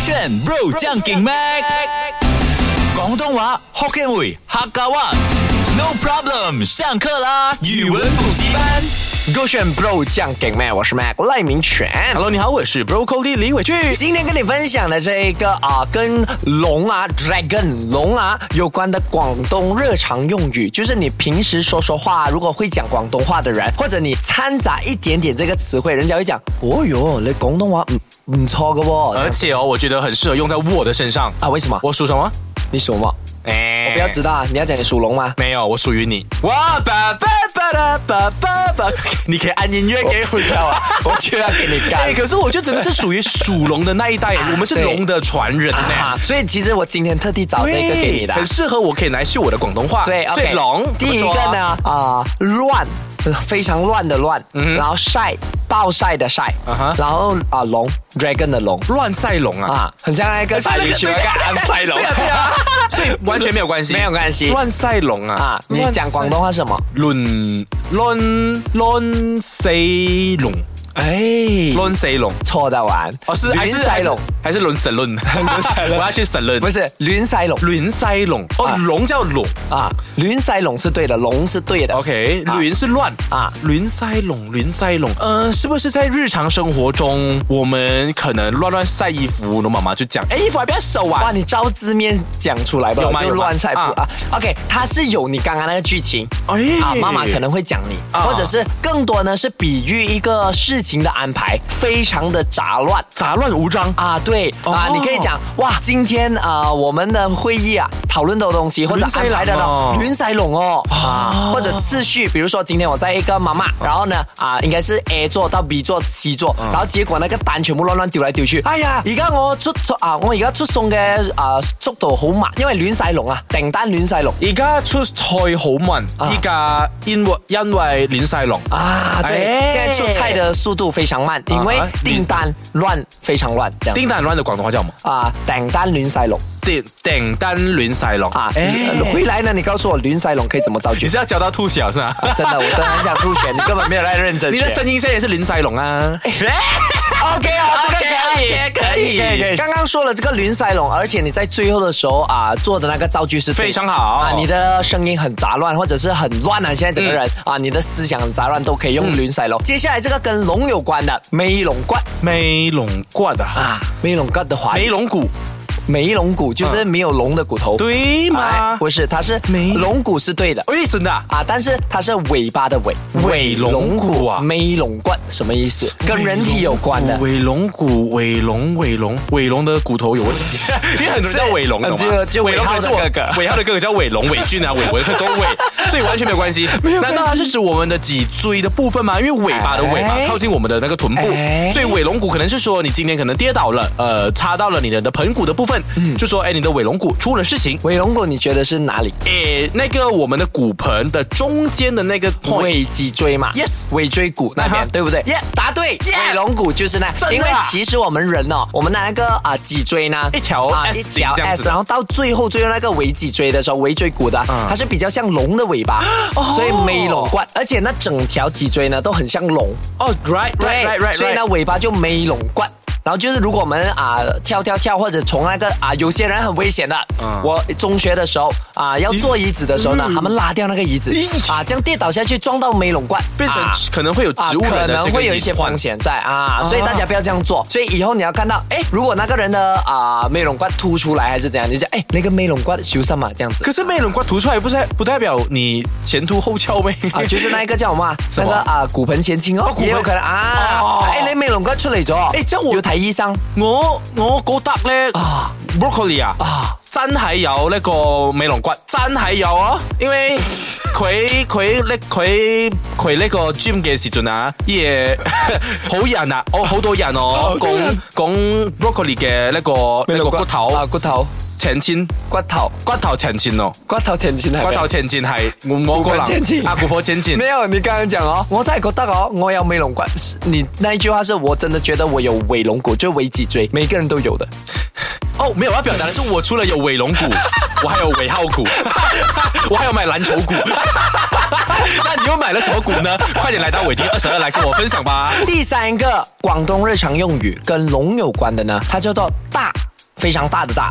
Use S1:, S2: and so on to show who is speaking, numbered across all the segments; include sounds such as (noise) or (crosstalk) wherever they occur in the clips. S1: 选 bro 将劲 mac，广东话 Hokkien 语客家话。No problem，上课啦！语文补习班。
S2: 勾选 Bro 酱给妹，我是 Mac 赖明全。
S1: Hello，你好，我是 Broccoli 李伟俊。
S2: 今天跟你分享的这一个啊，跟龙啊 dragon 龙啊有关的广东日常用语，就是你平时说说话，如果会讲广东话的人，或者你掺杂一点点这个词汇，人家会讲，哦哟，你广东话唔唔错噶
S3: 而
S2: 喎。
S3: 且哦，我觉得很适合用在我的身上。
S2: 啊，为什么？
S3: 我属什么？
S2: 你属吗？
S3: 哎，
S2: 我不要知道啊，你要讲你属
S3: (laughs)
S2: 龙吗？
S3: 没有，我属于你。哇吧吧吧啦吧吧吧，你可以按音乐给我跳啊。
S2: 我就要给你干
S3: (laughs) 哎，。
S2: (laughs)
S3: 可是我就真的是属于属龙的那一代，我们是
S2: 对
S3: 龙的传人 (laughs)
S2: 啊
S3: 呢。，
S2: 所以其实我今天特地找这个给你
S3: 对，
S2: 的。啊
S3: 很适合我，可以拿来秀我的广东话。
S2: 对
S3: 最
S2: ，OK，
S3: 龙。
S2: 啊第一
S3: 不嗯
S2: 个
S3: 错啊
S2: 呢，？啊、乱，非常乱的乱，然后晒，暴晒的晒
S3: 啊哈
S2: 然后啊、龙，dragon 的龙
S3: 乱赛龙啊，
S2: 啊，很像那个
S3: 很像那个对对对
S2: 赛龙，
S3: 对啊对啊，
S2: (laughs)
S3: 所以完全没有关系，
S2: 没有关系
S3: 乱赛龙啊
S2: 啊，你
S3: 乱赛
S2: 讲广东话什么？
S3: 乱乱乱赛龙，
S2: 哎，
S3: 乱赛龙。
S2: 错的玩，
S3: 哦，是还
S2: 轮
S3: 是
S2: 塞龙，，
S3: 还是轮神论？我要去神论，
S2: 不是轮塞龙
S3: 轮塞龙
S2: 啊
S3: 哦，龙叫龙
S2: 啊，轮塞龙是对的，龙是对的
S3: ，OK，
S2: 啊
S3: 轮是乱
S2: 啊
S3: 啊，轮塞龙，轮塞龙，呃，是不是在日常生活中，我们可能乱乱晒衣服，龙妈妈就讲，哎，衣服还不要收
S2: 哇，
S3: 啊，
S2: 你照字面讲出来吧，
S3: 有
S2: 我
S3: 吗
S2: 就
S3: 有吗
S2: 乱晒不
S3: 啊
S2: 啊。OK，它是有你刚刚那个剧情，
S3: 哎 (laughs)
S2: 啊，妈妈可能会讲你，
S3: 啊
S2: 或者是更多呢是比喻一个事情的安排，非常的杂乱。
S3: 杂乱无章，
S2: 啊，对
S3: 哦
S2: 啊，你可以讲哇，今天啊、呃我们的会议啊，讨论的东西或者
S3: 轮塞
S2: 安排的
S3: 龙哦
S2: 云塞拢哦啊，或者次序，比如说今天我在一个妈妈，然后呢啊，应该是 A 座到 B 座 C 座，
S3: 啊
S2: 然后结果那个单全部乱乱丢来丢去，哎呀，而家我出出啊，我而家出送嘅啊速度好慢，因為亂晒龍啊，訂單亂晒龍
S3: 而家出菜好慢，依家因為因為亂晒龍，
S2: 啊，对，
S3: 哎
S2: 現在出菜的速度非常慢，因為
S3: 啊
S2: 訂單亂非常亂，這樣
S3: 叮蛋亂的廣東話叫什麼？
S2: 啊訂單亂晒龍
S3: 叮叮蛋亂晒龍
S2: 啊，
S3: 哎
S2: 回來呢，你告訴我亂晒龍可以怎麼造句 (laughs)
S3: 你？是要教到吐血是吧？
S2: 真的，我真的很想入选，你根本 (laughs) 没有在认真
S3: 你
S2: 学。哎
S3: 的声音现在也是林赛龙啊。
S2: (laughs) OK 哦，这个
S3: OK，OK，
S2: 可以，
S3: 可以可以
S2: 刚刚说了这个轮塞龙，而且你在最后的时候啊做的那个造句是对的
S3: 非常好
S2: 啊，你的声音很杂乱，或者是很乱啊，现在整个人、啊，你的思想很杂乱，都可以用轮塞龙。接下来这个跟龙有关的梅龙冠
S3: 梅龙冠啊，
S2: 啊，梅龙冠的话，
S3: 梅龙骨，
S2: 梅龙骨就是没有龙的骨头，
S3: 嗯对
S2: 哎
S3: 吗？
S2: 不是，它是
S3: 梅
S2: 龙骨是对的。
S3: 喂，真的啊，
S2: 啊，但是它是尾巴的尾，
S3: 尾龙骨啊
S2: 尾龙冠什么意思？跟人体有关的。
S3: 尾龙骨，尾龙，尾龙，尾龙的骨头有问
S2: (laughs)
S3: 题，因为很多人叫尾龙，
S2: 是
S3: 懂
S2: 就
S3: 吗？
S2: 就
S3: 尾龙
S2: 尾号
S3: 可是
S2: 的
S3: 我
S2: 哥哥
S3: 尾号的哥哥叫尾龙、尾俊啊、尾文都
S2: (laughs)
S3: 尾，所以完全没有关系。难道它是指我们的脊椎的部分吗？因为尾巴的尾嘛
S2: 哎，
S3: 靠近我们的那个臀部
S2: 哎，
S3: 所以尾龙骨可能是说你今天可能跌倒了，呃，插到了你的的盆骨的部分，
S2: 嗯
S3: 就说哎，你的尾龙骨出了事情。
S2: 尾龙骨你觉得是哪里？
S3: 诶，那个我们的骨盆的中间的那个 point，
S2: 尾脊椎嘛
S3: Yes
S2: 尾椎骨那边
S3: 啊哈
S2: 对不对
S3: Yeah
S2: 答对
S3: Yeah
S2: 尾龙骨就是那，
S3: 真的啊
S2: 因为其实我们人哦，我们的那个啊脊椎呢，
S3: 一条
S2: 啊
S3: S
S2: 一
S3: 型
S2: 条
S3: 这样子
S2: S，
S3: 的
S2: 然后到最后最后那个尾脊椎的时候，尾椎骨的啊，它是比较像龙的尾巴，
S3: 哦
S2: 所以尾龙冠，而且那整条脊椎呢都很像龙，
S3: 哦，right
S2: 对
S3: right right right，
S2: 所以呢，尾巴就没拢惯。然后就是，如果我们啊、跳跳跳，或者从那个啊、有些人很危险的。
S3: 嗯
S2: 我中学的时候啊、要做椅子的时候呢，他们拉掉那个椅子
S3: 咦
S2: 啊、这样跌倒下去撞到没拢惯，
S3: 变成
S2: 啊
S3: 可能会有
S2: 啊
S3: 植物
S2: 可
S3: 人的
S2: 能
S3: 这个
S2: 会有一些
S3: 隐患
S2: 风险在啊，所以大家不要这样做。所以以后你要看到，哎，如果那个人的啊眉龙冠凸出来还是怎样，你就讲哎那个眉龙冠修上啊嘛这样子
S3: 可。是媚人瓜涂出来不是不代表你前凸后翘呗？
S2: 啊，就是那一个叫什么啊？
S3: 什么
S2: 那个啊骨盆前倾哦，
S3: 骨盆
S2: 也有可能啊
S3: 哦。
S2: 哎，你眉龙冠出嚟咗，
S3: 哎这样我
S2: 要睇醫生。
S3: (laughs) 我我覺得咧
S2: 啊
S3: ，broccoli 啊，
S2: 啊
S3: 真係有呢個美龍骨，真係有啊，因為佢 (laughs) 佢呢佢佢呢個 gym 嘅時陣啊，嘢 (laughs) 好人啊，我好多人
S2: (laughs)
S3: 哦，
S2: 多
S3: 講
S2: 人
S3: 講 broccoli 嘅呢個呢個骨
S2: 啊
S3: 頭
S2: 骨頭
S3: 前前
S2: 骨頭
S3: 骨頭前前哦，
S2: 骨頭前前係
S3: 骨
S2: 咪
S3: 頭前前係我我
S2: 骨
S3: 個
S2: 盆前
S3: 人
S2: 前
S3: 啊，骨婆前前
S2: 没。有，你刚刚讲哦，我真系觉得哦，我有尾龙骨。是你那一句话是我真的觉得我有尾龙骨，就尾脊椎，每个人都有的。
S3: 哦，没有，我要表达的是，我除了有尾龙
S2: (laughs)
S3: 骨，我还有尾号骨， (laughs) 我还有买蓝筹股。 (laughs) 那你又买了什么股呢？快点来到伟霆二十二来跟我分享吧。
S2: 第三个广东日常用语跟龙有关的呢，它叫做大非常大的大，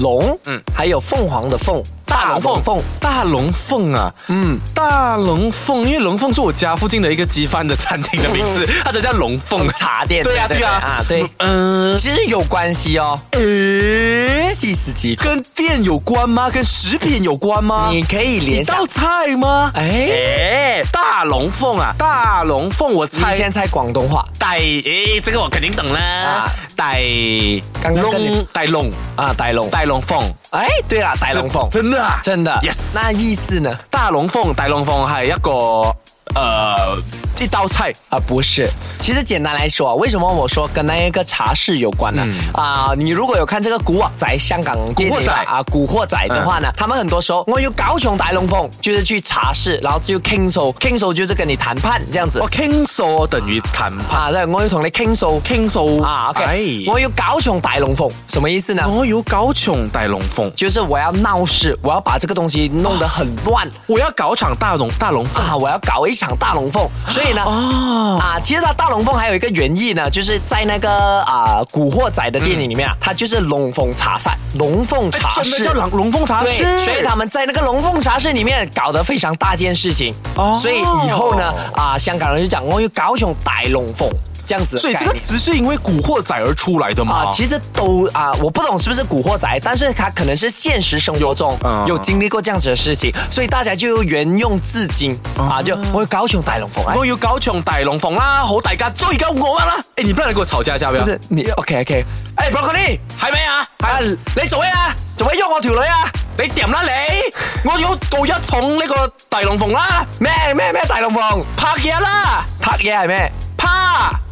S2: 龙，还有凤凰的凤，嗯大龙凤凤。
S3: 大龙凤啊，嗯，大龙凤，因为龙凤是我家附近的一个鸡饭的餐厅的名字，它就叫龙凤
S2: 嗯茶店
S3: 对呀、
S2: 对
S3: 对呀、
S2: 啊对
S3: 嗯、
S2: 其实有关系哦，
S3: 诶，
S2: 细思极恐。
S3: 跟店有关吗？跟食品有关吗？
S2: 你可以联
S3: 你
S2: 想
S3: 道，菜吗？
S2: 哎，
S3: 哎，大龙凤啊，大龙凤，我
S2: 你
S3: 猜
S2: 先猜广东话
S3: 傣，诶，这个我肯定懂啦
S2: 啊。
S3: 傣
S2: 刚刚跟你
S3: 龙，傣龙，
S2: 啊，呆龙。
S3: 傣龙凤，
S2: 哎，对啦，呆龙凤，
S3: 真的啊，
S2: 真的。
S3: ，yes。
S2: 那意思呢？
S3: 大龍鳳，大龍鳳係一個呃一道菜，
S2: 啊，不是，其实简单来说啊，为什么我说跟那一个茶室有关呢？啊、你如果有看这个古惑仔香港电
S3: 嗯古惑
S2: 影
S3: 仔嗯
S2: 啊，啊古惑仔的话呢，他们很多时候我要搞穷大龙凤，就是去茶室，然后就倾诉，倾诉就是跟你谈判这样子。
S3: 我傾訴等於談判，
S2: 啊，对，我要同你傾訴
S3: 傾訴
S2: 啊，OK，、
S3: 哎
S2: 我要搞穷大龍鳳，什么意思呢？
S3: 我要搞場大龍鳳，
S2: 就是我要鬧事，我要把这个东西弄得很乱。
S3: 我要搞場大龍大龍鳳，
S2: 啊！我要搞一场大龙凤，所以呢，
S3: 哦
S2: 啊，其实它大龙凤还有一个原意呢，就是在那个啊《古惑仔》的电影里面啊，它就是龙凤茶室，龙凤茶
S3: 哎嗯真的
S2: 室
S3: 叫。龙龍鳳茶室，
S2: 对，所以他们在那个龙凤茶室里面搞得非常大件事情，
S3: 哦
S2: 所以以后呢，啊，香港人就讲我要搞穷大龙凤这样子的
S3: 所
S2: 概
S3: 以
S2: 念。
S3: 這個詞是因為《古惑仔》而出來的嘛？
S2: 啊，其實都啊，我不懂是不是古惑仔，但是他可能是現實生活中
S3: 嗯
S2: 有經歷過這樣子的事情，所以大家就沿用至今啊，就我搞穷大龍鳳啊，
S3: 我要搞場大龍鳳啦，好大家追緊我啦！哎、你不要嚟跟我吵架一下不要
S2: 不？是你 OK OK，
S3: 哎、b r o c c o l i 係咪啊？
S2: 啊，你做咩啊？做咩喐我條女啊？
S3: 你掂啦你！我要告一重呢個大龍鳳啦，
S2: 咩咩咩大龍鳳，
S3: 拍嘢啦，
S2: 拍嘢係咩？
S3: 拍！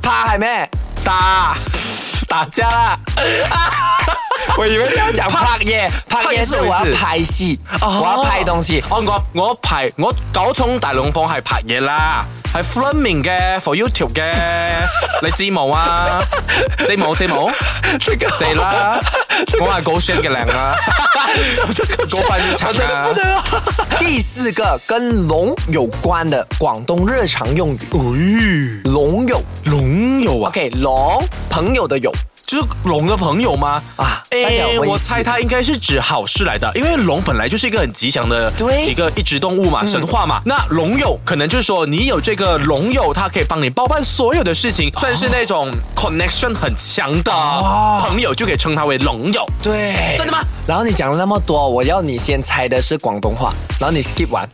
S2: 拍係咩？
S3: 打打架啦！ (laughs) 我以为你要
S2: 講拍嘢，拍嘢是我要拍戲，
S3: 哦
S2: 我要拍東西。
S3: 哦，我我排我九重大龍鳳係拍嘢啦，係 filming 嘅 for YouTube 嘅，你知冇啊？你冇知冇？
S2: 這個
S3: 知啦，我係高宣嘅啊靚 (laughs) 啦，高分層啊！
S2: (laughs) 第四個跟龍有關的廣東日常用語，龍友。
S3: 龍友啊，
S2: OK，龙朋友的友
S3: 就是龍嘅朋友嗎？
S2: 啊
S3: 哎、
S2: 代表我意思
S3: 我猜它应该是指好事来的，因为龙本来就是一个很吉祥的
S2: 对嗯
S3: 一个一只动物嘛，神话嘛。那龙友可能就是说你有这个龙友，它可以帮你包办所有的事情，
S2: 哦
S3: 算是那种 connection 很强的
S2: 哦
S3: 朋友，就可以称它为龙友。
S2: 对
S3: 真的吗？
S2: 然后你讲了那么多，我要你先猜的是广东话，然后你 skip 完。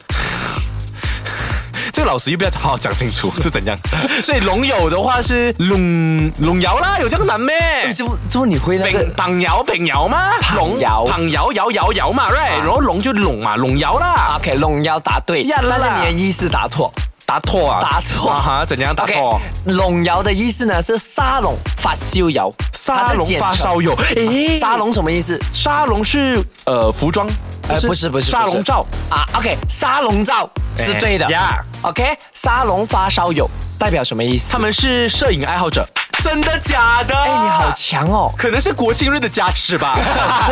S3: 这个老师又不要好好讲清楚是怎
S2: (laughs)
S3: 样。所以龙友的话是龙龙瑶啦，有这个难咩？
S2: 这不这不你会那个
S3: 饼棒瑶饼瑶吗？龙
S2: 瑶啊
S3: 棒瑶瑶瑶瑶嘛，right？然后龙就龙嘛，龙瑶啦。
S2: ？OK，龙妖答对，
S3: 呀啦
S2: 但
S3: 啦
S2: 是你的意思答错。
S3: 答错啊！
S2: 答错
S3: 啊哈！怎样答
S2: OK，
S3: 错
S2: 龙窑的意思呢是沙龙发烧友，
S3: 沙
S2: 它
S3: 龙
S2: 是简
S3: 发
S2: 称啊
S3: 烧。友，诶
S2: 沙龙什么意思？
S3: 沙龙是呃服装，
S2: 呃，不是不是
S3: 沙龙罩，
S2: 啊，OK，沙龙照是对的
S3: 哎呀。
S2: OK，沙龙发烧友代表什么意思？
S3: 他们是摄影爱好者，真的假的？哎
S2: 哎，你好强哦！
S3: 可能是国庆日的加持
S2: (laughs)
S3: 吧。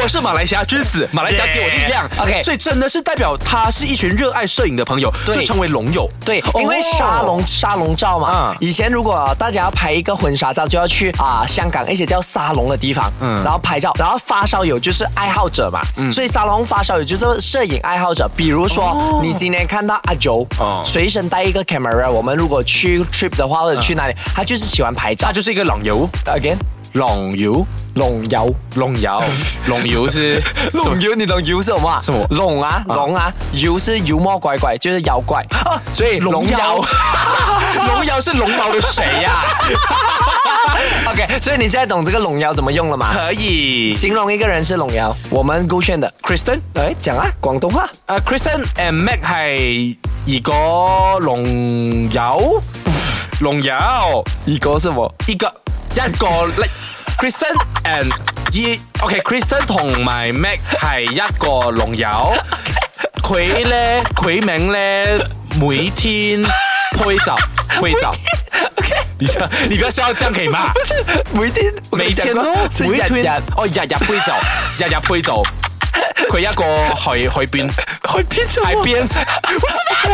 S3: 我是马来西亚之子，马来西亚给我力量。
S2: Yeah OK
S3: 所以真的是代表他是一群热爱摄影的朋友，
S2: 对
S3: 就成为龙友。
S2: 对，
S3: 哦
S2: 因为沙龙沙龙照嘛，
S3: 嗯
S2: 以前如果大家要拍一个婚纱照，就要去啊、香港一些叫沙龙的地方，
S3: 嗯
S2: 然后拍照，然后发烧友就是爱好者嘛，所以沙龙发烧友就是摄影爱好者。比如说、你今天看到阿九、
S3: 哦
S2: 随身带一个 camera，我们如果去 trip 的话或者去哪里，他就是喜欢拍照
S3: 他。就是一个龙友，
S2: Again，
S3: 龙友，
S2: 龙游。
S3: 龙
S2: (laughs)
S3: 友，龙友是什么
S2: 龙游，你懂游是什么啊？
S3: 什么
S2: 龙啊，龙啊，游是妖魔鬼怪，就是妖怪。啊、所以
S3: 龙
S2: 龙
S3: 妖
S2: 妖，
S3: 龙妖是龙猫的谁呀、
S2: OK，所以你现在懂这个龙妖怎么用了吗？
S3: 可以
S2: 形容一个人是龙妖，我们勾选的。
S3: ，Kristen，
S2: 哎，讲啊，广东话。
S3: 啊、k r i s t e n and Mac 係二個龍 (laughs) 友，龍友
S2: 一个是我，
S3: 一個一個嚟 Dạ, Kristen and 二 OK，Kristen 同埋 Mac dạ 係一個龍友，佢咧佢名咧每天配集配集。你不要你不要笑到這樣可以嗎？
S2: 每天
S3: 每天咯，
S2: 每
S3: 每
S2: 日日
S3: 天哦，日日杯酒，日日杯酒。佢一個去去邊？
S2: 去边
S3: 海邊，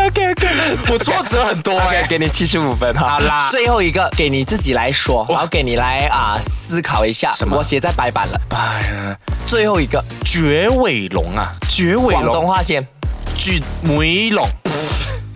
S3: OK OK，我 (laughs) 挫折很多哎、
S2: OK，给你七十五分哈。
S3: 好啦
S2: 最后一个给你自己来说，然后给你来啊、思考一下
S3: 什。么
S2: 我写在白板了。
S3: 哎呀，
S2: 最后一个，
S3: 绝尾龙啊，绝尾
S2: 广东
S3: 龙，
S2: 话先，
S3: 绝尾龙，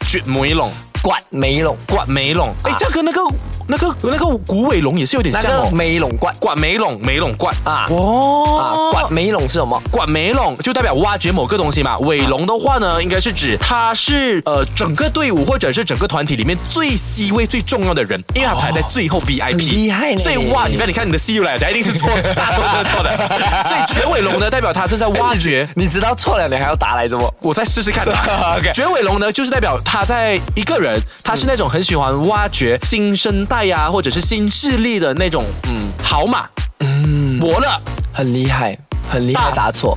S3: 绝尾龙，
S2: 管梅龙，
S3: 刮眉龙。哎、这个那个那个那个古尾龙也是有点
S2: 那
S3: 像哦
S2: 个。梅龙冠
S3: 刮眉龙，眉龙刮
S2: 啊啊
S3: 哦，，
S2: 管梅龙是什么？
S3: 管梅笼就代表挖掘某个东西嘛。尾龙的话呢，应该是指他是呃整个队伍或者是整个团体里面最 C 位最重要的人，因为他排在最后 VIP，、
S2: 哦厉害呢
S3: 所以哇，你看你看你的 C 位来的一定是错的，大错特错的。所以绝尾龙呢，代表他正在挖掘。
S2: 你知道错了，你还要答来着不？
S3: 我再试试看
S2: (laughs)
S3: 吧。绝尾龙呢，就是代表他在一个人，他是那种很喜欢挖掘新生代呀、或者是新势力的那种嗯好马。嗯，我了。
S2: 很厉害，很厉害，
S3: 大
S2: 答错。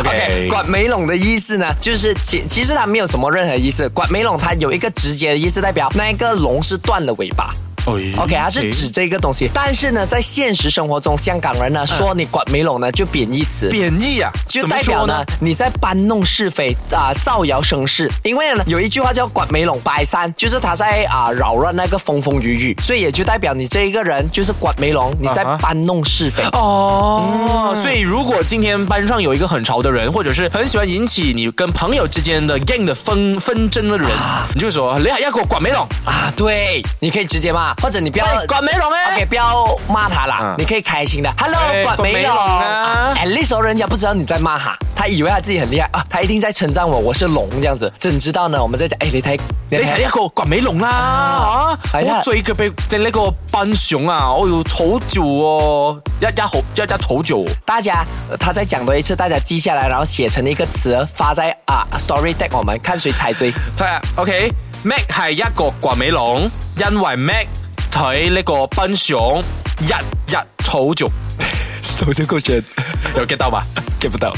S2: OK，管哎梅龙的意思呢，就是其其实它没有什么任何意思。管梅龙它有一个直接的意思，代表那一个龙是断了尾巴。OK，它是指这个东西。但是呢，在现实生活中，香港人呢说你管梅龙呢就贬义词。
S3: 贬义啊，
S2: 就
S3: 怎么
S2: 代
S3: 说
S2: 表呢，你在搬弄是非啊、造谣生事。因为呢，有一句话叫“管梅笼百山”，就是他在啊、扰乱那个风风雨雨，所以也就代表你这一个人就是管梅笼，你在
S3: 啊哈
S2: 搬弄是非。
S3: 哦，所以如果今天班上有一个很潮的人，或者是很喜欢引起你跟朋友之间的 gang 的纷纷争的人，你就说你还要给我管没懂，
S2: 啊，对，你可以直接骂，或者你不要
S3: 喂管梅笼欸
S2: OK，不要骂他啦，你可以开心的，Hello，
S3: 哎
S2: 管梅
S3: 管梅
S2: 笼
S3: 笼
S2: 啊
S3: 啊
S2: ，at least 哦人家不知道你在骂他，他以为他自己很厉害啊，他一定在称赞我，我是龙这样子，怎知道呢？我们在讲，哎，你睇，你
S3: 你
S2: 睇
S3: 还要给我管没懂啦啊！
S2: 哎呀
S3: 我最嘅俾即呢個班上啊，我要好久哦，一一好一一好久哦。
S2: 大家呃他再讲多一次，大家记下来，然后写成一个词发在啊 story tag 我们，看谁猜对。
S3: 睇下，OK，Mac 係一個掛尾龍，因為 Mac 睇呢個奔熊日日草族，
S2: 手就够卷，
S3: 有 get 到吧？
S2: (laughs) get 不到。